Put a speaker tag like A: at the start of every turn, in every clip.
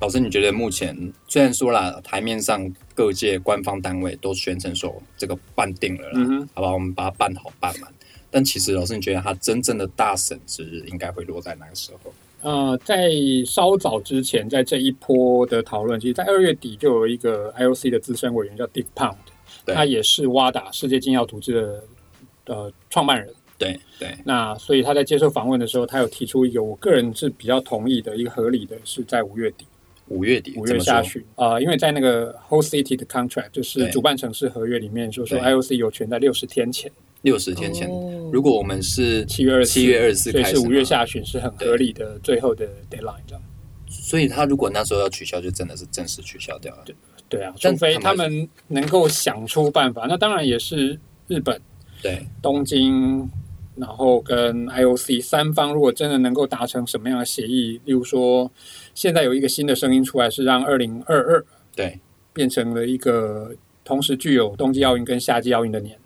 A: 老师，你觉得目前虽然说啦，台面上各界官方单位都宣称说这个办定了啦，
B: 嗯哼
A: 好吧，我们把它办好办满。但其实，老师，你觉得它真正的大审之日应该会落在哪个时候？
B: 呃，在稍早之前，在这一波的讨论，其实，在二月底就有一个 IOC 的资深委员叫 Dick Pound，
A: 对
B: 他也是 WADA 世界禁药组织的呃创办人。
A: 对对，
B: 那所以他在接受访问的时候，他有提出一个我个人是比较同意的一个合理的，是在五月底、
A: 五月底，
B: 五
A: 怎
B: 月
A: 么
B: 下
A: 说？
B: 旬啊、呃因为在那个 host city 的 contract 就是
A: 对
B: 主办城市合约里面，就说
A: 对
B: IOC 有权在六十天前，
A: 六十天前，
B: 哦
A: 如果我们是
B: 7月24
A: 七月二十四
B: 所以
A: 开始
B: 是
A: 嘛，
B: 五月下旬是很合理的最后的 deadline 这样。
A: 所以他如果那时候要取消，就真的是正式取消掉了。
B: 对啊，
A: 但
B: 除非他
A: 坦白
B: 们能够想出办法，那当然也是日本、
A: 对
B: 东京，然后跟 IOC 三方，如果真的能够达成什么样的协议，例如说，现在有一个新的声音出来，是让二零二二
A: 对，
B: 变成了一个同时具有冬季奥运跟夏季奥运的年，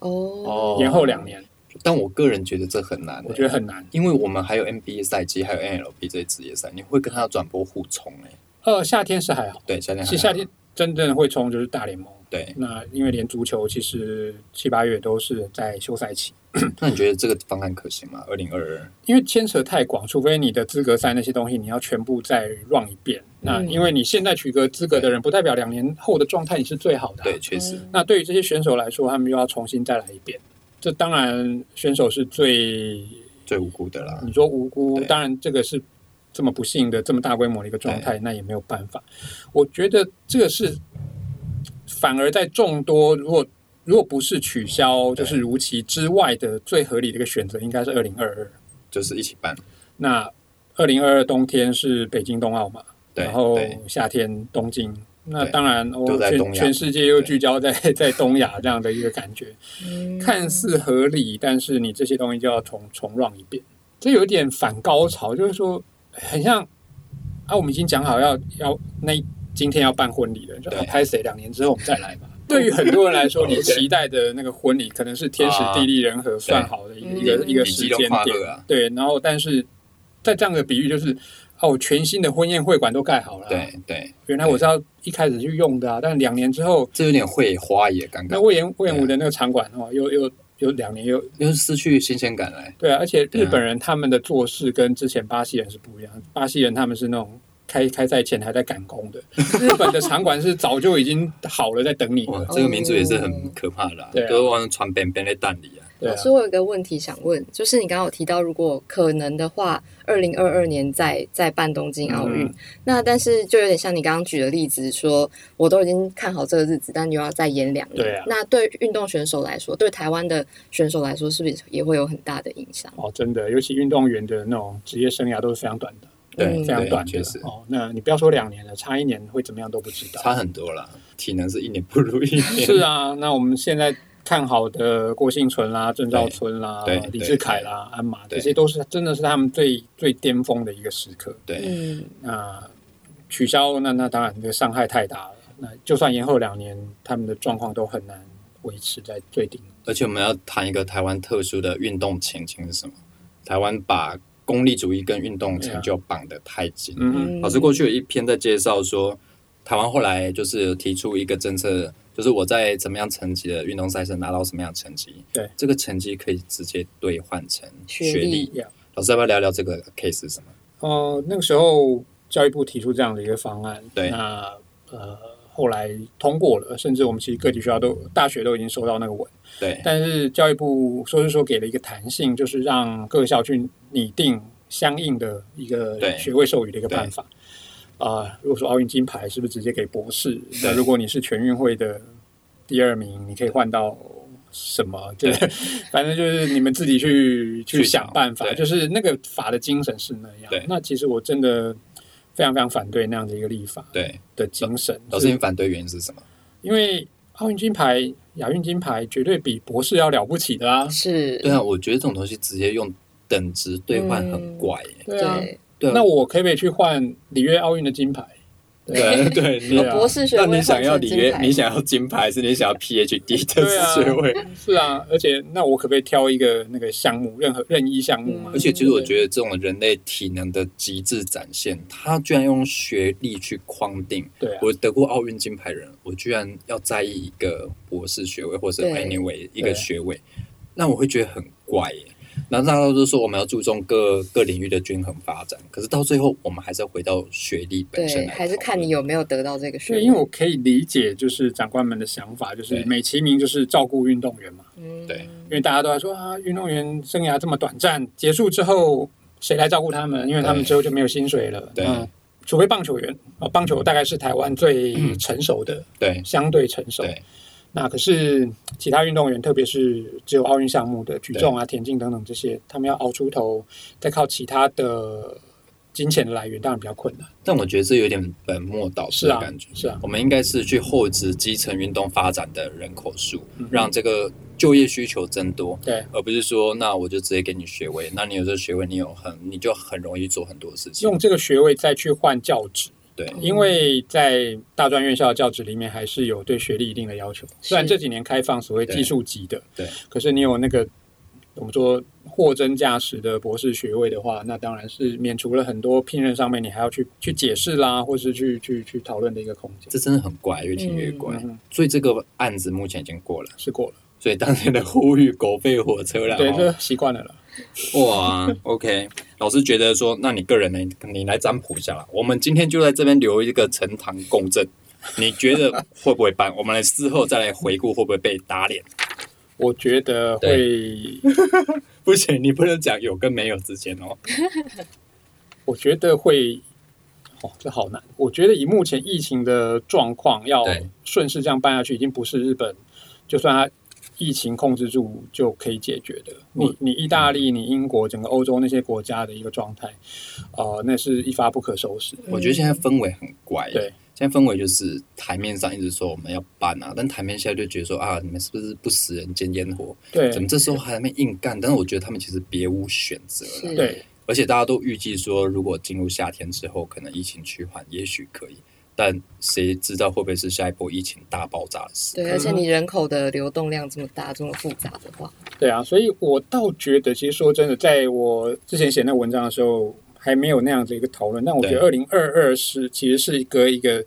C: 哦，
B: 延后两年，
A: 但我个人觉得这很难欸、
B: 我觉得很难。
A: 因为我们还有 NBA 赛季，还有 NLB 这些职业赛，你会跟他的转播互冲哎、
B: 呃，夏天是还好，
A: 对，夏天还
B: 其
A: 好
B: 实夏天真正会冲就是大联盟。
A: 对。
B: 那因为连足球其实七八月都是在休赛期，
A: 那你觉得这个方案可行吗？二零二二
B: 因为牵扯太广，除非你的资格赛那些东西你要全部再 run 一遍。那
A: 嗯
B: 因为你现在取得资格的人，不代表两年后的状态你是最好的啊、
A: 对，确实、
B: 那对于这些选手来说，他们又要重新再来一遍。这当然，选手是最
A: 最无辜的啦。
B: 你说无辜，
A: 对
B: 当然这个是这么不幸的、这么大规模的一个状态，那也没有办法。我觉得这个是反而在众多如果如果不是取消，
A: 对
B: 就是如期之外的最合理的一个选择，应该是二零二二。
A: 就是一起办。
B: 那二零二二冬天是北京冬奥嘛，
A: 对
B: 然后
A: 对
B: 夏天东京。那
A: 对
B: 当然，哦
A: 都在东
B: 全
A: 亚
B: 全世界又
A: 对
B: 聚焦在 在东亚这样的一个感觉，
C: 嗯
B: 看似合理，但是你这些东西就要重重让一遍，这有点反高潮，就是说很像啊，我们已经讲好要要那一今天要办婚礼了，就
A: 对
B: 啊拍谁两年之后我们再来 吧。对于很多人来说，你
A: OK
B: 期待的那个婚礼可能是天时
A: 啊
B: 地利人和算好的一个
C: 嗯
B: 一个一个
A: 比
B: 时
A: 基
B: 间
A: 隆跨
B: 点
A: 乐啊，
B: 对，然后但是在这样的比喻就是，哦，全新的婚宴会馆都盖好了，，啊
A: 对对，
B: 原来我是要一开始去用的啊，但两年之后，
A: 这有点会花也尴
B: 那
A: 尬，
B: 魏延魏
A: 啊
B: 延武的那个场馆哦，又又又两年又
A: 就是失去新鲜感来。
B: 对啊，而且
A: 对
B: 日
A: 啊
B: 本人他们的做事跟之前巴西人是不一样，巴西人他们是那种。开开赛前还在赶 工的，日本的场馆是早就已经好了，在等你
A: 哇
B: 了，。
A: 这个民族也是很可怕的、啊，
B: 哦对啊
A: 都往传边边的蛋里啊。
B: 对啊
C: 老，师，我有个问题想问，就是你刚刚有提到，如果可能的话，二零二二年再再办东京奥运，
B: 嗯
C: 那但是就有点像你刚刚举的例子说，我都已经看好这个日子，但又要再延两年。
B: 对啊
C: 那对运动选手来说，对台湾的选手来说，是不是也会有很大的影响？
B: 哦，真的，尤其运动员的那种职业生涯都是非常短的，
A: 对，
C: 嗯
B: 非常
A: 对
B: 短的
A: 确实
B: 哦。那你不要说两年了，差一年会怎么样都不知道。
A: 差很多啦。体能是一年不如一年。
B: 是啊，那我们现在看好的郭幸存啦、郑兆春啦
A: 对对、
B: 李志凯啦、鞍马，
A: 对
B: 这些都是真的是他们最最巅峰的一个时刻。
A: 对
C: 嗯，
B: 那取消，那那当然这个伤害太大了。那就算延后两年，他们的状况都很难维持在最顶。
A: 而且我们要谈一个台湾特殊的运动情境是什么？台湾把功利主义跟运动成就绑得太紧。
B: 嗯
A: 老师过去有一篇在介绍说，台湾后来就是提出一个政策，就是我在怎么样层级的运动赛事拿到什么样的成绩，
B: 对
A: 这个成绩可以直接兑换成
C: 学
A: 学
C: 历
A: 历。
B: Yeah
A: 老师要不要聊聊这个 case 是什么？
B: 呃，那个时候教育部提出这样的一个方案，
A: 对
B: 那呃后来通过了，甚至我们其实各级学校都大学都已经收到那个文。
A: 对
B: 但是教育部说是说给了一个弹性，就是让各校去拟定相应的一个
A: 对
B: 学位授予的一个办法。啊、如果说奥运金牌是不是直接给博 士？那如果你是全运会的第二名，你可以换到什么？就
A: 对
B: 是反正就是你们自己去去
A: 去
B: 想
A: 找
B: 办法。
A: 对
B: 就是那个法的精神是那
A: 对
B: 样。那其实我真的非常非常反对那样的一个立法
A: 对，
B: 的精神。
A: 老
B: 是
A: 师你反对原因是什么？
B: 因为奥运金牌、亚运金牌绝对比博士要了不起的啊！
C: 是，
A: 对啊，我觉得这种东西直接用等值兑换
C: 嗯
A: 很怪耶、欸
B: 对啊，
C: 对，哦
A: 对啊，
B: 那我可不可以去换里约奥运的金牌？
A: 对对，你
B: 对啊
C: 博士学
A: 那
C: 位
A: 你想要里
C: 金
A: 约，
C: 牌
A: 你想要金牌，还是你想要 PhD
B: 对啊
A: 的学位？
B: 是啊，而且那我可不可以挑一个那个项目，任何任意项目嘛？
A: 嗯而且，其实我觉得这种人类体能的极致展现，他居然用学历去框定。
B: 对啊，
A: 我得过奥运金牌人，我居然要在意一个博士学位，或者
C: 对
A: anyway 一
B: 对
A: 个学位，那我会觉得很怪耶。然后大家都说我们要注重各各领域的均衡发展，可是到最后，我们还是要回到学历本身
C: 对，
A: 来
C: 还是
A: 讨
C: 看
A: 论
C: 你有没有得到这个学
B: 对，
C: 位。
B: 因为我可以理解，就是长官们的想法，就是
A: 对
B: 美其名就是照顾运动员嘛，
C: 嗯
A: 对
B: 因为大家都在说啊，运动员生涯这么短暂，结束之后谁来照顾他们？因为他们之后就没有薪水了。
A: 对
B: 那除非棒球员啊，棒球大概是台湾最
A: 嗯
B: 成熟的，
A: 对
B: 相对成熟。
A: 对
B: 那可是其他运动员，特别是只有奥运项目的举重啊、田径等等这些，他们要熬出头，再靠其他的金钱的来源，当然比较困难。
A: 但我觉得这有点本末倒置
B: 是
A: 的
B: 啊
A: 感觉，。
B: 是啊，
A: 我们应该是去厚植基层运动发展的人口数，
B: 嗯
A: 让这个就业需求增多，
B: 对
A: 而不是说那我就直接给你学位，那你有这个学位，你有很你就很容易做很多事情
B: 用。这个学位再去换教职，
A: 对
B: 因为在大专院校的教职里面，还是有对学历一定的要求。虽然这几年开放所谓技术级的，
A: 对对
B: 可是你有那个我们说货真价实的博士学位的话，那当然是免除了很多聘任上面你还要去去解释啦，或是去去去讨论的一个空间。
A: 这真的很怪，越听越怪。
B: 嗯，
A: 所以这个案子目前已经过了，
B: 是过了，
A: 所以当天的呼吁狗吠火车了。
B: 对，
A: 哦
B: 这习惯了啦。
A: 哇，OK，老师觉得说，那你个人呢？你来占卜一下啦。我们今天就在这边留一个呈堂共振，你觉得会不会办？我们来事后再来回顾会不会被打脸。
B: 我觉得会，
A: 不行，你不能讲有跟没有之间哦。
B: 嗯我觉得会，哦，这好难。我觉得以目前疫情的状况，要
A: 对
B: 顺势这样办下去，已经不是日本，就算它疫情控制住就可以解决的。你
A: 嗯
B: 你意大利、你英国、整个欧洲那些国家的一个状态，呃，那是一发不可收拾。
A: 我觉得现在氛围很怪，
B: 对，
A: 现在氛围就是台面上一直说我们要办啊，但台面下就觉得说啊，你们是不是不食人间烟火？
B: 对
A: 怎么这时候还在那边硬干？但是我觉得他们其实别无选择了，
C: 是
B: 对
A: 而且大家都预计说，如果进入夏天之后，可能疫情趋缓，也许可以，但谁知道会不会是下一波疫情大爆炸的事？
C: 对，而且你人口的流动量这么大，这么复杂的话，
B: 对啊，所以我倒觉得，其实说真的，在我之前写那文章的时候，还没有那样子一个讨论。但我觉得二零二二是其实是一个一个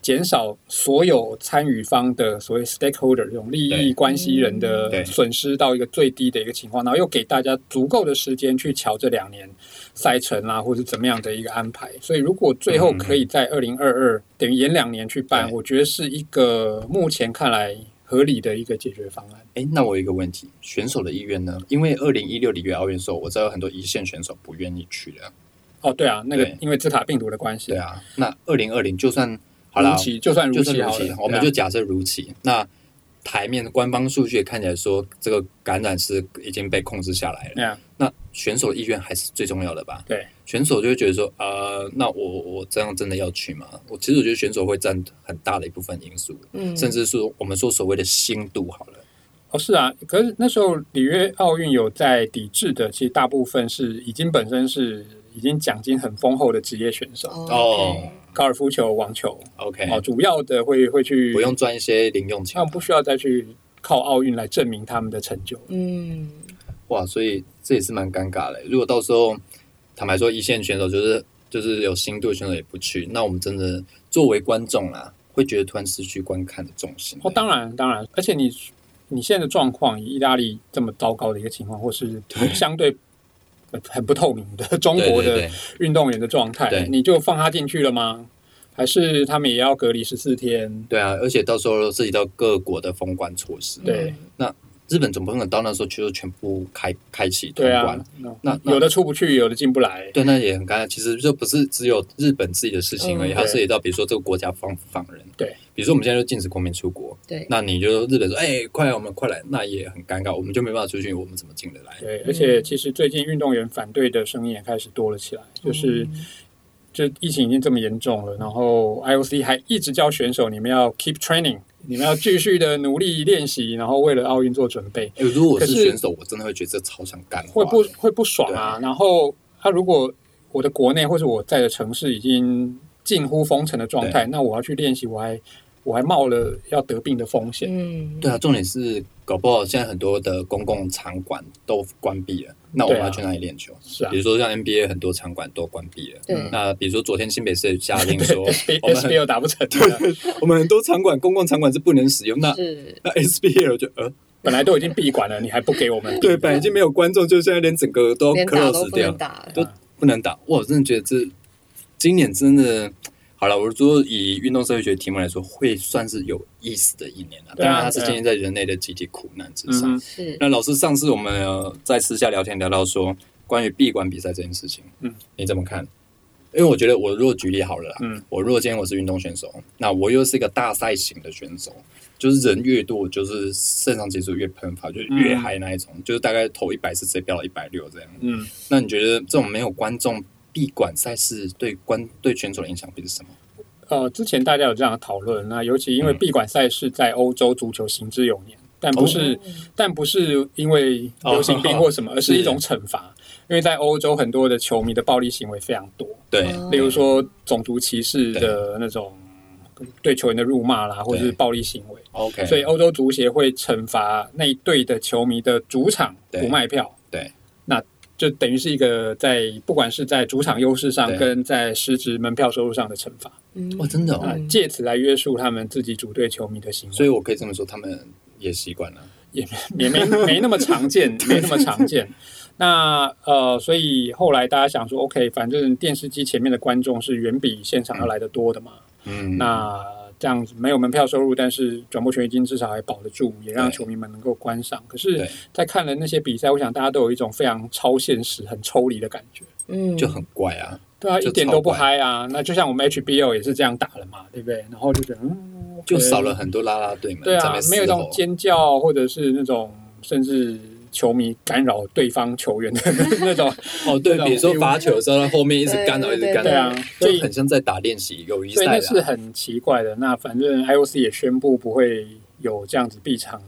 B: 减少所有参与方的所谓 stakeholder 这种利益
A: 对
B: 关系人
A: 嗯对
B: 的损失到一个最低的一个情况，然后又给大家足够的时间去瞧这两年赛程啦、或者是怎么样的一个安排。所以如果最后可以在二零二二等于延两年去
A: 嗯
B: 办，
A: 对
B: 我觉得是一个目前看来合理的一个解决方案。
A: 哎，那我有一个问题，选手的意愿呢？因为二零一六里约奥运的时候，我知道有很多一线选手不愿意去的，
B: 哦，对啊，那个
A: 对
B: 因为兹卡病毒的关系，
A: 对啊，那二零二零就算好
B: 如
A: 了，
B: 期就算如
A: 就算
B: 期
A: 如
B: 好
A: 期
B: 了，，
A: 我们
B: 对
A: 就
B: 啊
A: 假设如期。那台面官方数据也看起来说，这个感染是已经被控制下来了。
B: 对啊，
A: 那选手的意愿还是最重要的吧？
B: 对，
A: 选手就会觉得说，呃，那我我这样真的要去吗？我其实我觉得选手会占很大的一部分因素，
C: 嗯，
A: 甚至说我们说所谓的心度好了，
B: 哦是啊，可是那时候里约奥运有在抵制的，其实大部分是已经本身是已经奖金很丰厚的职业选手，
A: 哦
C: 哦
B: 高尔夫球、网球，
A: ，OK，
B: 哦，主要的会会去
A: 不，用赚一些零用钱
B: 他们不需要再去靠奥运来证明他们的成就，
C: ，OK，嗯，
A: 哇，所以这也是蛮尴尬的。如果到时候坦白说，一线选手就是就是有新度的选手也不去，那我们真的作为观众啦，会觉得突然失去观看的重心。欸
B: 哦，当然当然，而且你你现在的状况，以意大利这么糟糕的一个情况，或是相对呃很不透明的中
A: 对
B: 国
A: 对
B: 的
A: 对，
B: 运动员的状态
A: 对，
B: 你就放他进去了吗？还是他们也要隔离十四天？
A: 对啊，而且到时候涉及到各国的封关措施。
B: 对
C: 嗯
A: 日本总不可能到那时候就全部开开启通
B: 对
A: 关。
B: 啊，
A: 那那
B: 有的出不去，有的进不来。
A: 对，那也很尴尬。其实就不是只有日本自己的事情而已，
C: 嗯
A: 它
B: 对
A: 涉及到比如说这个国家放不放人。
B: 对，
A: 比如说我们现在就禁止国民出国，
C: 对，
A: 那你就日本说，哎、快来，我们快来，那也很尴尬，我们就没办法出去，我们怎么进得来？
B: 对，而且其实最近运动员反对的声音也开始多了起来，就是就疫情已经这么严重了，然后 IOC 还一直叫选手你们要 keep training，你们要继续的努力练习，然后为了奥运做准备。
A: 欸如果我是
B: 可是
A: 选手，我真的会觉得这超想干话
B: 会
A: 的。
B: 不啊会不爽啊？然后他、如果我的国内或者我在的城市已经近乎封城的状态，那我要去练习，我还我还冒了要得病的风险。
C: 嗯，
A: 对啊，重点是搞不好现在很多的公共场馆都关闭了，那我们要去哪里练球？
B: 啊是啊
A: 比如说像 NBA 很多场馆都关闭了，
C: 对
A: 那比如说昨天新北市下令说，
B: ，B
A: 我们
B: S B 又打不成了，
A: 我们很多场馆公共场馆是不能使用，那
C: 是
A: 那 SBL 就呃
B: 本来都已经闭馆了，你还不给我们？
A: 对，本来已经没有观众，就现在连整个都
C: 连打都
A: close
C: 不
A: 掉
C: 能，打了。
B: 啊
A: 都不能打。哇，我真的觉得这今年真的好了。我说以运动社会学题目来说，会算是有意思的一年了。
B: 对
A: 当
B: 啊
A: 然，它是
B: 对啊
A: 建立在人类的集体苦难之
B: 嗯
A: 上。
B: 哼，
C: 是
A: 那老师，上次我们呃在私下聊天聊到说，关于闭馆比赛这件事情，
B: 嗯，
A: 你怎么看？因为我觉得，我如果举例好了啦，
B: 嗯，
A: 我如果今天我是运动选手，那我又是一个大赛型的选手，就是人越多，我就是肾上腺素越喷发，就是越
B: 嗯
A: 嗨那一种，就是大概投一百次，直接飙到一百六这样。
B: 嗯，
A: 那你觉得这种没有观众闭馆赛事对观对选手的影响会是什么？
B: 呃，之前大家有这样的讨论，那尤其因为
A: 嗯
B: 闭馆赛事在欧洲足球行之有年，但不是、
A: 哦
B: 但不是因为流行病或什么，而是一种惩罚。因为在欧洲，很多的球迷的暴力行为非常多，
A: 对，
C: 哦
B: 例如说种族歧视的那种对球员的辱骂啦，或者是暴力行为。
A: ，OK，
B: 所以欧洲足协会惩罚那一队的球迷的主场
A: 对
B: 不卖票。
A: 对，
B: 那就等于是一个在不管是在主场优势上，
A: 对
B: 跟在实质门票收入上的惩罚，
C: 嗯
A: 哇，真的、
B: 啊
A: 哦，
C: 嗯
B: 借此来约束他们自己组队球迷的行为。
A: 所以我可以这么说，他们也习惯了。
B: 也也 没没那么 常见，没那么常见。那呃，所以后来大家想说，OK，反正电视机前面的观众是远比现场要来的多的嘛。
A: 嗯，
B: 那这样子没有门票收入，但是转播权益金至少还保得住，也让
A: 对
B: 球迷们能够观赏。可是
A: 对，
B: 在看了那些比赛，我想大家都有一种非常超现实、很抽离的感觉。
C: 嗯
A: 就很怪啊。
B: 对啊，
A: 就
B: 一点都不
A: 超怪
B: 嗨啊！那就像我们 HBO 也是这样打了嘛，对不对？然后就觉得，嗯，
A: 就少
B: OK
A: 了很多啦啦队们
B: 对
A: 在
B: 啊
A: 那边，
B: 没有
A: 嘶
B: 那
A: 吼
B: 种，尖叫，或者是那种甚至球迷干扰对方球员的 那种，
A: 哦，对
B: 那，种
A: 比如说罚球的时候，他后面一直干扰，
C: 对
A: 一直干
B: 啊对啊
A: 扰，，
B: 所
A: 就
B: 以
A: 很像在打练习友谊
B: 所以
A: 赛
B: 那是
A: 的啊。
B: 很奇怪的。那反正 IOC 也宣布不会有这样子闭场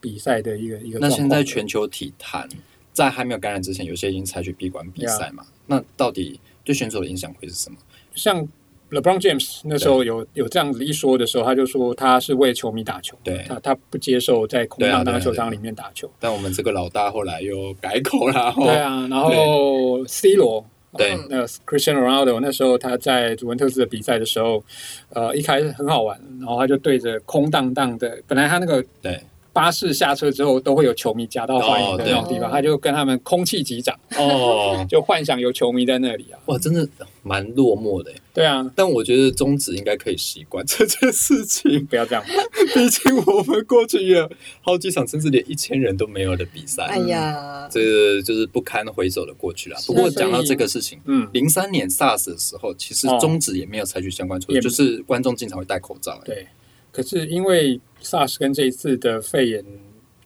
B: 比赛的一个一个
A: 那
B: 状况。
A: 现在全球体坛在还没有感染之前，有些已经采取闭馆比赛嘛，那到底对选手的影响会是什么？
B: 像 LeBron James 那时候有有这样子一说的时候，他就说他是为球迷打球，
A: 对
B: 他他不接受在空
A: 对啊
B: 荡
A: 对啊
B: 荡的球场
A: 对
B: 里面打球。
A: 但我们这个老大后来又改口啦，
B: 对
A: 哦，
B: 啊，然后 C 罗
A: 对
C: 嗯
B: 那 Cristiano Ronaldo 那时候他在祖文特斯的比赛的时候，呃，一开始很好玩，然后他就对着空荡荡的，本来他那个
A: 对，
B: 巴士下车之后都会有球迷夹道欢迎的
A: 哦
B: 那种地方，
C: 对
B: 他就跟他们空气击掌，
A: 哦，
B: 就幻想有球迷在那里啊，
A: 哇，真的蛮落寞的耶。
B: 对啊，
A: 但我觉得中止应该可以习惯这件事情，
B: 不要这样，
A: 毕竟我们过去也有好几场，甚至连一千人都没有的比赛。
C: 哎呀，
A: 嗯这个就是不堪回首的过去了。不过
C: 啊
A: 讲到这个事情，
B: 嗯，
A: 零三年 SARS 的时候，其实
B: 哦
A: 中止也没有采取相关措施，
B: 也
A: 就是观众经常会戴口罩、欸。
B: 对。可是因为 SARS 跟这一次的肺炎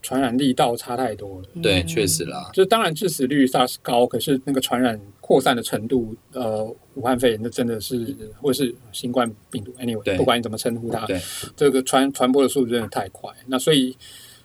B: 传染力道差太多了，
A: 对，
C: 嗯
A: 确实啦，
B: 就是当然致死率 SARS 高，可是那个传染扩散的程度，呃，武汉肺炎那真的是，或是新冠病毒
A: 对
B: ，anyway，不管你怎么称呼它，
A: 对，
B: 这个传传播的速度真的太快。那所以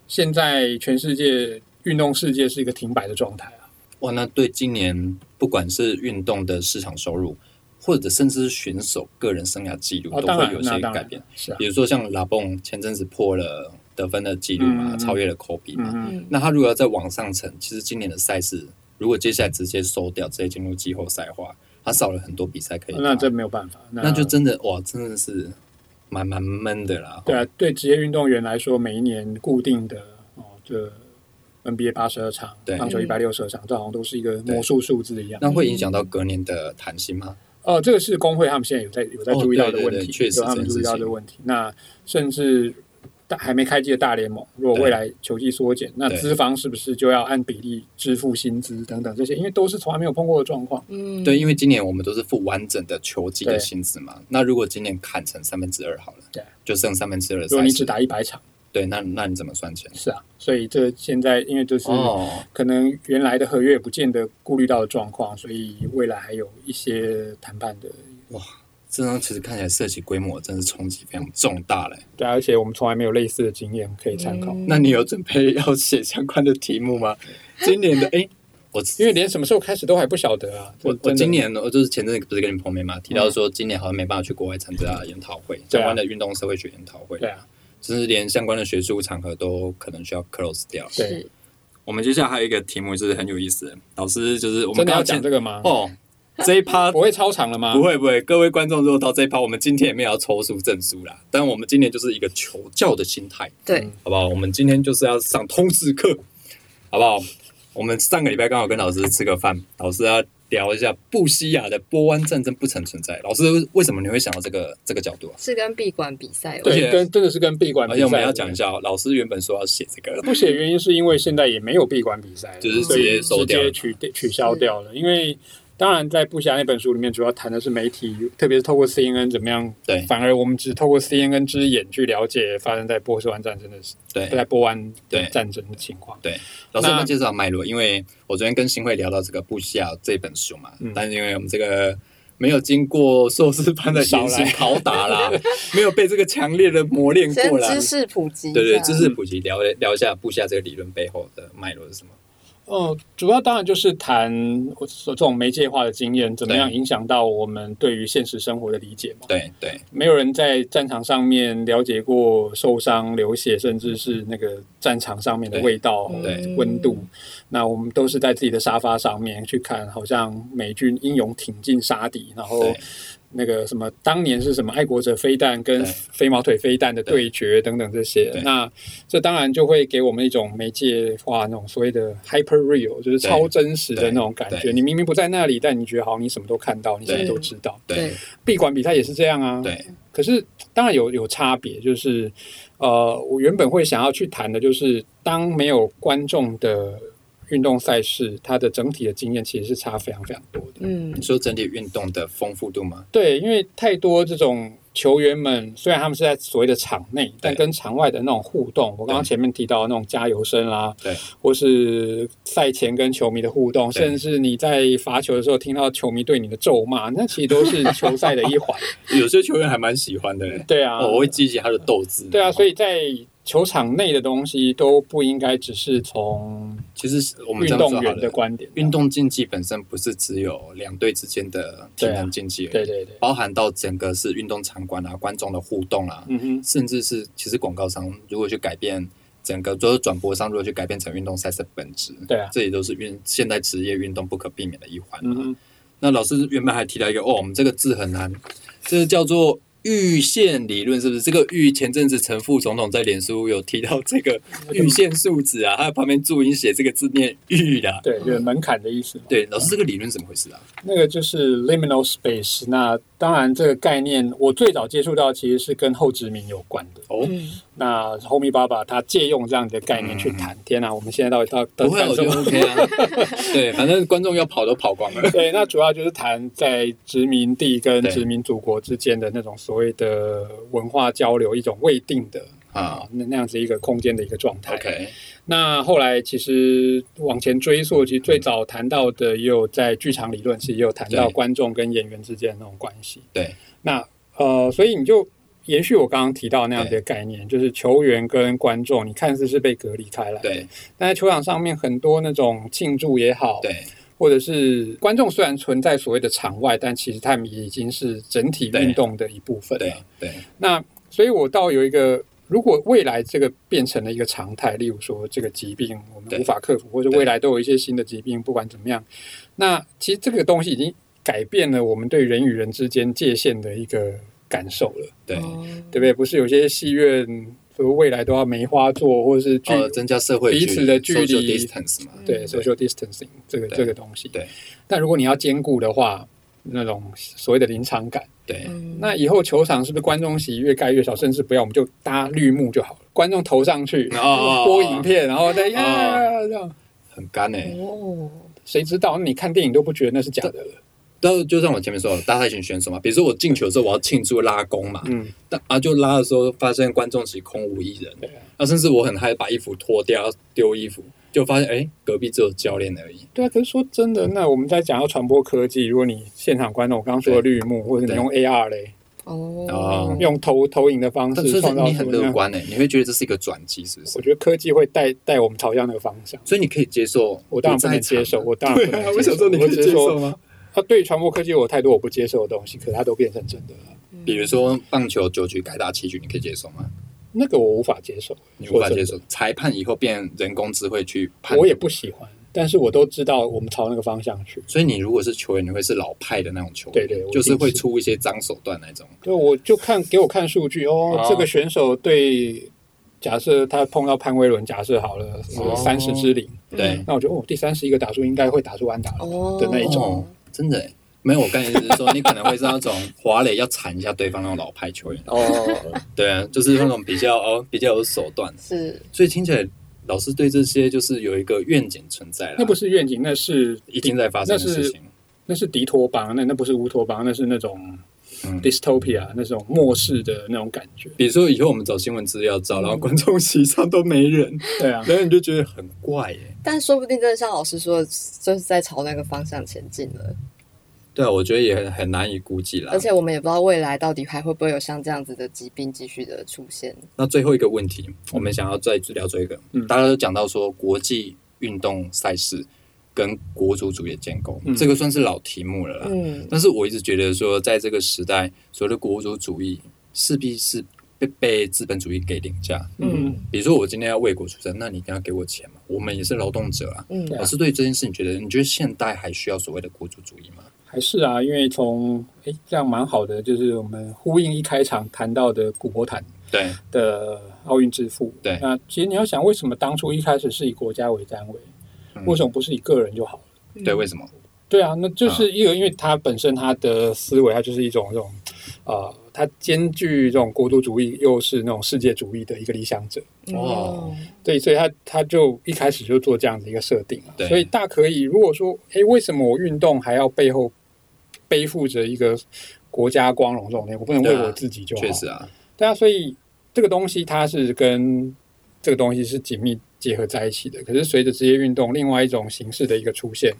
B: 现在全世界运动世界是一个停摆的状态啊。
A: 哇，那对今年不管是运动的市场收入，或者甚至是选手个人生涯记录，
B: 哦，
A: 都
B: 当
A: 会
B: 然
A: 有，
B: 那
A: 些
B: 当
A: 改
B: 然
A: 变。
B: 是啊，
A: 比如说像拉蹦前阵子破了得分的记录嘛，
B: 嗯
A: 超越了科比嘛。
B: 嗯嗯，
C: 嗯
A: 那他如果要再往上层，其实今年的赛事如果接下来直接收掉，直接进入季后赛的话，他少了很多比赛可以打。
B: 那这没有办法，那
A: 那就真的哇，真的是蛮蛮闷的啦。
B: 对啊，对职业运动员来说，每一年固定的哦，这 NBA 八十二场，
A: 对
B: 棒球一百六十二场，这好像都是一个魔术数字一样。
A: 那会影响到隔年的弹性吗？
B: 哦，这个是工会他们现在有在有在
A: 哦
B: 注意到的
A: 对对
B: 问
A: 对
B: 题，
A: 确实
B: 有他们
A: 这件
B: 注意到
A: 事情
B: 的问题。那甚至大还没开机的大联盟，如果
A: 对
B: 未来球季缩减，那
A: 对
B: 资方是不是就要按比例支付薪资等等这些？因为都是从来没有碰过的状况。
C: 嗯
A: 对，因为今年我们都是付完整的球季的
B: 对
A: 薪资嘛。那如果今年砍成三分之二好了，
B: 对，啊
A: 就剩三分之二的
B: 如果
A: 赛
B: 你只
A: 事，
B: 打一百场，
A: 对，那那你怎么算钱？
B: 是啊，所以这现在因为就是
A: 哦，
B: 可能原来的合约也不见得顾虑到的状况，所以未来还有一些谈判的。
A: 这张其实看起来涉及规模真是冲击非常重大嘞。
B: 对啊、而且我们从来没有类似的经验可以参考。
C: 嗯
A: 那你有准备要写相关的题目吗？今年的哎，我
B: 因为连什么时候开始都还不晓得啊。
A: 我
B: 真的
A: 我今年我就是前阵子不是跟你碰面嘛，提到说今年好像没办法去国外参加研讨会，相关的运动社会学研讨会，
B: 啊对啊，
A: 就是连相关的学术场合都可能需要 close 掉。
B: 对
C: 是
A: 我们接下来还有一个题目就是很有意思的，老师就是我们
B: 真的
A: 刚
B: 要
A: 刚
B: 讲
A: 前
B: 这个吗？
A: 哦这一趴
B: 不会超长了吗？
A: 不会不会，各位观众，如果到这一趴，我们今天也没有要抽出证书啦，但我们今天就是一个求教的心态，
C: 对，
A: 好不好？我们今天就是要上通识课，好不好？我们上个礼拜刚好跟老师吃个饭，老师要聊一下布西亚的波湾战争不曾存在。老师为什么你会想到这个这个角度啊？
C: 是跟闭馆比赛有关，
A: 而且
B: 对，跟真的是跟闭馆
A: 而且
B: 比赛。
A: 我们要讲一下哦，老师原本说要写这个，
B: 不写原因是因为现在也没有闭馆比赛了，
A: 就是
B: 所以
A: 直接收
B: 直
A: 掉了
B: 接取取消掉了。因为当然在布侠那本书里面，主要谈的是媒体，特别是透过 CNN 怎么样，
A: 对
B: 反而我们只透过 CNN 之眼去了解发生在波斯湾战争的事，
A: 对
B: 在波湾
A: 对
B: 战争的情况。
A: 对，老师
B: 那
A: 有没有介绍脉络？因为我昨天跟新会聊到这个布西亚这本书嘛，
B: 嗯
A: 但是因为我们这个没有经过硕士班的
B: 少
A: 严
B: 来
A: 刑拷打啦，没有被这个强烈的磨练
C: 先
A: 过啦，
C: 知识普及，
A: 对
C: 这
A: 对，
C: 样
A: 知识普及，聊聊一下布下这个理论背后的脉络是什么？
B: 哦，主要当然就是谈我说这种媒介化的经验怎么样
A: 对
B: 影响到我们对于现实生活的理解嘛。
A: 对对
B: 没有人在战场上面了解过受伤、流血，甚至是那个战场上面的味道、
A: 对
B: 温度。那我们都是在自己的沙发上面去看，好像美军英勇挺进杀敌，然后
A: 对
B: 那个什么当年是什么爱国者飞弹跟
A: 对
B: 飞毛腿飞弹的对决等等这些
A: 对，
B: 那这当然就会给我们一种媒介化那种所谓的 hyper real，就是超真实的
A: 对
B: 那种感
A: 对
B: 觉。你明明不在那里，但你觉得好，你什么都看到，你什么都知道。
A: 对
C: 对
B: 闭馆比赛也是这样啊，
A: 对
B: 可是当然有有差别，就是呃，我原本会想要去谈的，就是当没有观众的运动赛事，它的整体的经验其实是差非常非常多的。
C: 嗯
A: 你，说整体运动的丰富度吗？
B: 对，因为太多这种球员们，虽然他们是在所谓的场内，但跟场外的那种互动，我刚刚
A: 对
B: 前面提到的那种加油声啦，
A: 对，
B: 或是赛前跟球迷的互动，
A: 对
B: 甚至你在罚球的时候听到球迷对你的咒骂，那其实都是球赛的一 环。
A: 有些球员还蛮喜欢的、欸，
B: 对啊，
A: 哦，我会激起他的斗志。
B: 对啊，所
A: 以
B: 以在球场内的东西都不应该只是从
A: 其实我们
B: 运
A: 这样说
B: 动
A: 好
B: 员的
A: 了，
B: 观点。
A: 运，动竞技本身不是只有两队之间的体能竞技而已，
B: 对对对，
A: 包含到整个是运动场馆啊、观众的互动啊，
B: 嗯哼，
A: 甚至是其实广告商如果去改变整个，就是转播商如果去改变成运动赛事的本质，
B: 对啊，
A: 这也都是运现代职业运动不可避免的一环、啊。
B: 嗯哼，
A: 那老师原本还提到一个哦，我们这个字很难，这叫做阈限理论，是不是？这个阈前阵子陈副总统在脸书有提到这个阈限数值啊，他在旁边注音写这个字念阈啦。
B: 对，就是门槛的意思嘛。
A: 对，老师这个理论怎么回事啊？
B: 那个就是 liminal space。那当然，这个概念我最早接触到其实是跟后殖民有关的。
A: 哦，
C: 嗯
B: 那 Homie 爸爸他借用这样的概念去谈，天啊，我们现在到底到到
A: 嗯不
B: 底
A: 会啊，
B: 干
A: 我
B: 什
A: 觉得
B: 么
A: OK 啊。 对，反正观众要跑都跑光了。
B: 对，那主要就是谈在殖民地跟
A: 对
B: 殖民祖国之间的那种所谓的文化交流，一种未定的
A: 啊
B: 那那样子一个空间的一个状态。
A: ，OK，
B: 那后来其实往前追溯，其实最早谈到的也有在剧场理论，其实也有谈到
A: 嗯对
B: 观众跟演员之间的那种关系。
A: 对，
B: 那呃，所以你就延续我刚刚提到那样的概念，就是球员跟观众，你看似是被隔离开来，。
A: 对
B: 但在球场上面很多那种庆祝也好，
A: 对
B: 或者是观众虽然存在所谓的场外，但其实他们也已经是整体
A: 对
B: 运动的一部分了。
A: 对对，
B: 那所以，我倒有一个，如果未来这个变成了一个常态，例如说这个疾病我
A: 对
B: 们无法克服，或者
A: 对
B: 未来都有一些新的疾病，不管怎么样，那其实这个东西已经改变了我们对人与人之间界限的一个感受了，
A: 对，
C: 哦
B: 对不对？不是有些戏院说未来都要梅花座，或者是距、
A: 呃，增加社会
B: 彼
A: 距
B: 此
A: 离
B: 的距
A: social
B: 离
A: distance 嘛，
B: 对 social distancing 这个
A: 对
B: 这个东西。
A: 对
B: 但如果你要兼顾的话，那种所谓的临场感。
A: 对
C: 嗯
B: 那以后球场是不是观众席越盖越少，甚至不要，我们就搭绿幕就好了，观众投上去，
A: 哦哦哦
B: 播影片，然后再呀这样，
A: 很干哎、
C: 哦，
B: 谁知道？那你看电影都不觉得那是假的了。
A: 但是就像我前面说的，大赛型选手嘛，比如说我进球的时候我要庆祝拉弓嘛，
B: 嗯，
A: 但啊就拉的时候发现观众席空无一人，
B: 对啊
A: 啊甚至我很害怕把衣服脱掉要丢衣服，就发现哎、隔壁只有教练而已，
B: 对啊。可是说真的，那我们在讲要传播科技，如果你现场观众，我刚刚说的绿幕，或者你用 AR 嘞，
A: 哦
C: 哦，
B: 用投投影的方
A: 但是
B: 嗯式创造
A: 你
B: 出
A: 很
B: 那
A: 乐
B: 样。
A: 观欸诶、你会觉得这是一个转机，是不是
B: 我？觉得科技会带带我们朝向那个方向。
A: 所以你可以接受，
B: 我当然不能接受，。我当然
A: 啊
B: 不能接 受。我只是说，
A: 吗？
B: 他对传播科技有太多我不接受的东西，可是它都变成真的了，
A: 比如说棒球九局改打七局，你可以接受吗？
B: 那个我无法接受。
A: 你无法
B: 说真
A: 接
B: 的
A: 受。裁判以后变人工智慧去判，
B: 我也不喜欢，但是我都知道我们朝那个方向去。
A: 所以你如果是球员，你会是老派的那种球员，
B: 对对我
A: 就是
B: 一定
A: 会
B: 是
A: 出一些脏手段那种。
B: 就我就看给我看数据哦
A: 哦，
B: 这个选手对，假设他碰到潘威伦，假设好了
A: 哦
B: 三十支零，
A: 对，
B: 那我觉得哦，第三十一个打数应该会打出安打了。
C: 哦
B: 的那一
A: 种真的欸、没有，我刚才意思是说，你可能会是那种华磊要铲一下对方那种老派球员，
B: 哦，
A: 对啊，就是那种比较哦比较有手段，
C: 是
A: 所以听起来老师对这些就是有一个愿景存在了，
B: 那不是愿景，那是
A: 已经在发生的事情，
B: 那是迪托邦，那那不是乌托邦，那是那种
A: 嗯。
B: dystopia 那种末世的那种感觉。
A: 比如说，以后我们找新闻资料照，然后
B: 嗯
A: 观众 席上都没人，
B: 对啊，
A: 然后你就觉得很怪欸耶、
C: 但说不定真的像老师说的，就是在朝那个方向前进了。
A: 对啊，我觉得也很很难以估计啦
C: 而。且我们也不知道未来到底还会不会有像这样子的疾病继续的出现。
A: 那最后一个问题，我们想要再聊这个，
B: 嗯
A: 大家都讲到说国际运动赛事跟国足主业建构，
B: 嗯
A: 这个算是老题目了啦。
C: 嗯，
A: 但是我一直觉得说，在这个时代，所谓的国族主义势必是被被资本主义给凌驾。
C: 嗯
A: 比如说，我今天要为国出征，那你一定要给我钱嘛？我们也是劳动者啊。
C: 嗯
A: 老师对这件事，你觉得你觉得现代还需要所谓的国族主义吗？
B: 还是啊，因为从诶这样蛮好的，就是我们呼应一开场谈到的古博坦
A: 对
B: 的奥运之父。
A: 对
B: 那其实你要想，为什么当初一开始是以国家为单位，
A: 嗯
B: 为什么不是以个人就好了？
C: 嗯
A: 对，为什么？
B: 对啊，那
A: 嗯
B: 就是因为因为他本身他的思维，他就是一种这种，呃，他兼具这种国族主义，又是那种世界主义的一个理想者。
A: 哦
B: 对，所以他他就一开始就做这样的一个设定啊
A: 对，
B: 所以大可以如果说，诶，为什么我运动还要背后背负着一个国家光荣这种东西？我不能为
A: 对啊
B: 我自己就好。
A: 确实啊，
B: 对啊，所以这个东西它是跟这个东西是紧密结合在一起的。可是随着职业运动另外一种形式的一个出现，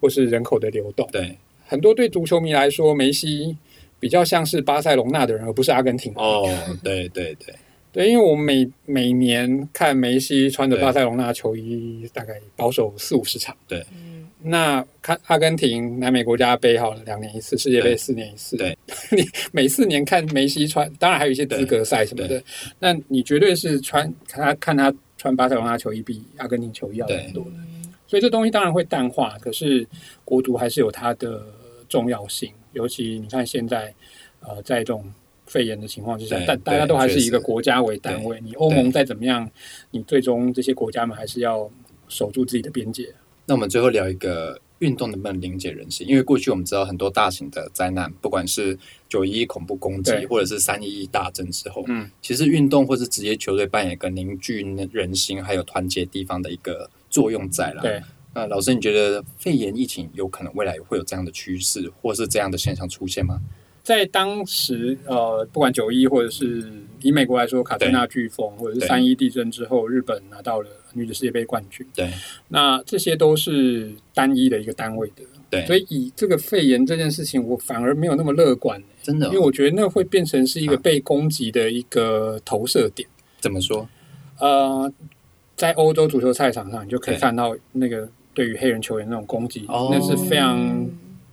B: 或是人口的流动，
A: 对
B: 很多对足球迷来说，梅西比较像是巴塞隆纳的人，而不是阿根廷。
A: 哦，对对对，
B: 对，因为我每每年看梅西穿着巴塞隆纳球衣，大概保守四五十场。
C: 嗯
B: 那看阿根廷、南美国家杯好了，两年一次，世界杯
A: 对
B: 四年一次。
A: 对，
B: 你每四年看梅西穿，当然还有一些资格赛什么
A: 对
B: 的，那你绝对是穿看他看他穿巴塞罗那球衣比阿根廷球衣要
A: 对
B: 多的，
A: 嗯
B: 所以这东西当然会淡化，可是国足还是有它的重要性，尤其你看现在呃，在这种。肺炎的情况之下
A: 对，
B: 但大家
A: 对
B: 都还是
A: 确
B: 以一个
A: 实
B: 国家为单位。你欧
A: 对
B: 盟再怎么样，你最终这些国家们还是要守住自己的边界。
A: 那我们最后聊一个运动能不能理解人性？因为过去我们知道很多大型的灾难，不管是九一一恐怖攻击，
B: 对
A: 或者是三一一大震之后，
B: 嗯，
A: 其实运动或是职业球队扮演一个凝聚人心还有团结地方的一个作用在啦。
B: 对，
A: 那老师，你觉得肺炎疫情有可能未来会有这样的趋势，或是这样的现象出现吗？
B: 在当时，呃，不管九一或者是以美国来说，卡特纳飓风或者是
A: 对
B: 三一地震之后，日本拿到了女子世界杯冠军。
A: 对
B: 那这些都是单一的一个单位的，
A: 对，
B: 所以以这个肺炎这件事情，我反而没有那么乐观，
A: 真的哦、
B: 因为我觉得那会变成是一个
A: 啊
B: 被攻击的一个投射点。
A: 怎么说？
B: 呃，在欧洲足球赛场上，你就可以
A: 对
B: 看到那个对于黑人球员那种攻击，
A: 哦
B: 那是非常
C: 嗯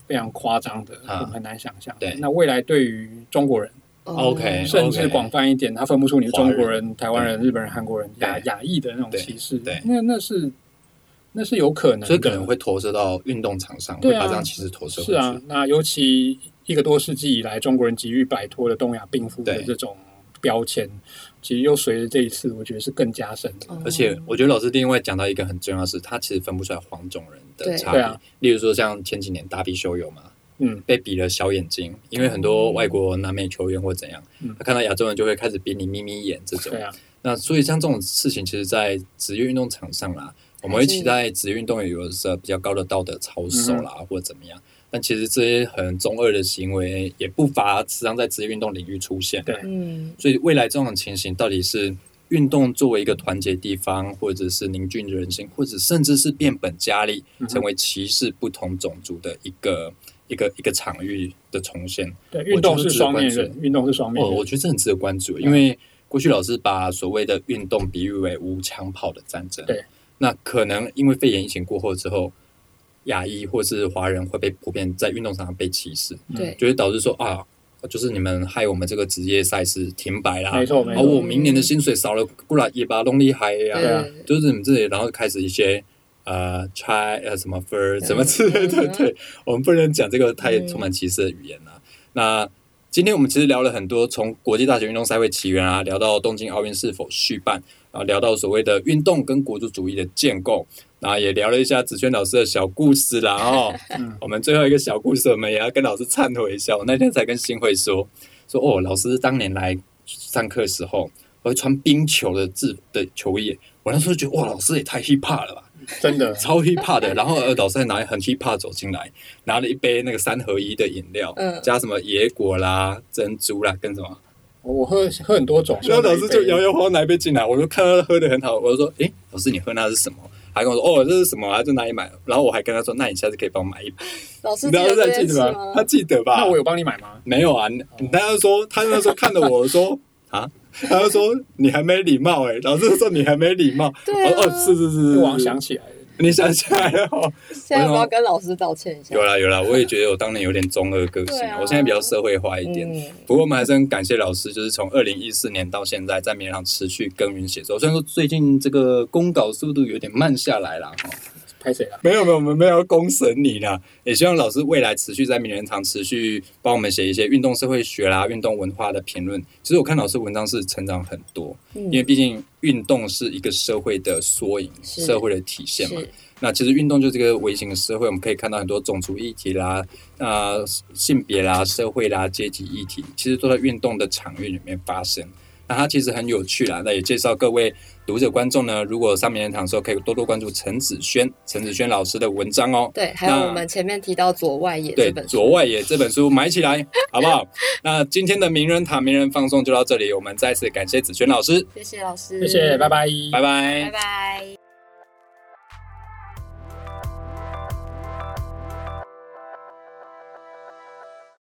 B: 非常夸张的，
A: 啊
B: 我们很难想象。
A: 对
B: 那未来对于中国人。
C: 哦
A: OK
B: 甚至广泛一点，他分不出你是中国
A: 华
B: 人、台湾人、日本人、韩国人、亚
A: 对
B: 亚裔的那种
A: 对
B: 歧视
A: 对，
B: 那那是那是有可能的，
A: 所以可能会投射到运动场上，
B: 对
A: 会
B: 啊
A: 把这样其实投射回去。
B: 是啊。那尤其一个多世纪以来，中国人急于摆脱了东亚病夫的
A: 对
B: 这种标签，其实又随着这一次，我觉得是更加深的。
C: 哦
A: 而且我觉得老师另外讲到一个很重要的是，他其实分不出来黄种人的
C: 对
A: 差
B: 对
A: 别。
B: 啊
A: 例如说像前几年大比修友嘛，
B: 嗯，
A: 被比了小眼睛，因为很多外国南美球员或怎样，
B: 嗯
A: 他看到亚洲人就会开始比你眯眯眼这种
B: 对。啊，
A: 那所以像这种事情，其实，在职业运动场上啦，我们会期待职业运动员有着比较高的道德操守啦，
B: 嗯
A: 或者怎么样。但其实这些很中二的行为，也不乏时常在职业运动领域出现。
B: 对
C: 嗯
A: 所以未来这种情形到底是运动作为一个团结地方，或者是凝聚人心，或者甚至是变本加厉，
B: 嗯哼
A: 成为歧视不同种族的一个一个一个场域的重现。
B: 对，运动
A: 我觉
B: 是
A: 得
B: 双面
A: 值得
B: 人
A: 关，
B: 运动是双面
A: 哦，
B: 人。
A: 我觉得这很值得关注，因为过去老师把所谓的运动比喻为无枪炮的战争。
B: 对，
A: 那可能因为肺炎疫情过后之后，亚裔或是华人会被普遍在运动场上被歧视，
C: 对，
A: 就会导致说啊，就是你们害我们这个职业赛事停摆啦，
B: 没错，没
A: 然
C: 啊
A: 后
B: 错。
A: 哦我明年的薪水少了过来也把弄厉害呀、
B: 对啊
A: 就是你们这里，然后开始一些呃 try 呃什么 fur
C: 嗯
A: 什么之类的，
C: 嗯
A: 对我们不能讲这个太
C: 嗯
A: 充满歧视的语言了、
B: 嗯
A: 那今天我们其实聊了很多，从国际大学运动赛会起源啊，聊到东京奥运是否续办，然后聊到所谓的运动跟国族主义的建构，然后也聊了一下子轩老师的小故事啦哦。
B: 嗯
A: 我们最后一个小故事，我们也要跟老师忏悔一下。我那天才跟新会说，说哦，老师当年来上课的时候，我会穿冰球的制的球衣。我那时候觉得哇，老师也太 hip hop 了吧，
B: 真的，
A: 超 hip hop 的。然后呃，老师还拿很 hip hop 走进来，拿了一杯那个三合一的饮料，
C: 嗯
A: 加什么野果啦、珍珠啦，跟什么。
B: 我喝喝很多种。
A: 然后老师就摇摇晃晃拿一杯进来，我就看到他喝的很好，我就说：“诶，老师你喝那是什么？”他跟我说：“哦，这是什么啊？就哪里买？”然后我还跟他说：“那你下次可以帮我买一杯。”
C: 老师
A: 你老师
C: 这
A: 还
C: 个
A: 记
C: 件事
A: 得
C: 吗
A: 吗？？他记得吧？
B: 那我有帮你买吗？
A: 没有啊，你你他就说，他那时候看着我说 啊，他就说你还没礼貌哎、老师说你还没礼貌，
C: 对啊
A: 哦哦是是是，
B: 我好像
A: 是
B: 想起来了，
A: 你想起来了哦，
C: 现在要不要跟老师道歉一下？
A: 有啦有啦，我也觉得我当年有点中二个性
C: 对
A: 啊，
C: 啊
A: 我现在比较社会化一点。
C: 嗯
A: 不过我们还是很感谢老师，就是从二零一四年到现在，在绵阳持续耕耘写作。虽然说最近这个公稿速度有点慢下来啦，哈，
B: 拍谁了？
A: 没有没有，我们没有要攻审你啦，也希望老师未来持续在名人堂持续帮我们写一些运动社会学啦、运动文化的评论。其实我看老师文章是成长很多，因为
C: 嗯，
A: 毕竟运动是一个社会的缩影，
C: 是
A: 社会的体现嘛
C: 是。
A: 那其实运动就是这个微型的社会，我们可以看到很多种族议题啦、啊、性别啦、社会啦、阶级议题，其实都在运动的场域里面发生。那它其实很有趣啦，那也介绍各位读者观众呢，如果上名人堂的时候，可以多多关注陈子轩、陈子轩老师的文章哦。
C: 对，还有我们前面提到左外野
A: 对
C: 这，本书，
A: 左外野这本书买起来，好不好？那今天的名人堂名人放送就到这里，我们再次感谢子轩老师，
C: 谢谢老师，
B: 谢谢，拜拜，
A: 拜拜
C: 拜拜。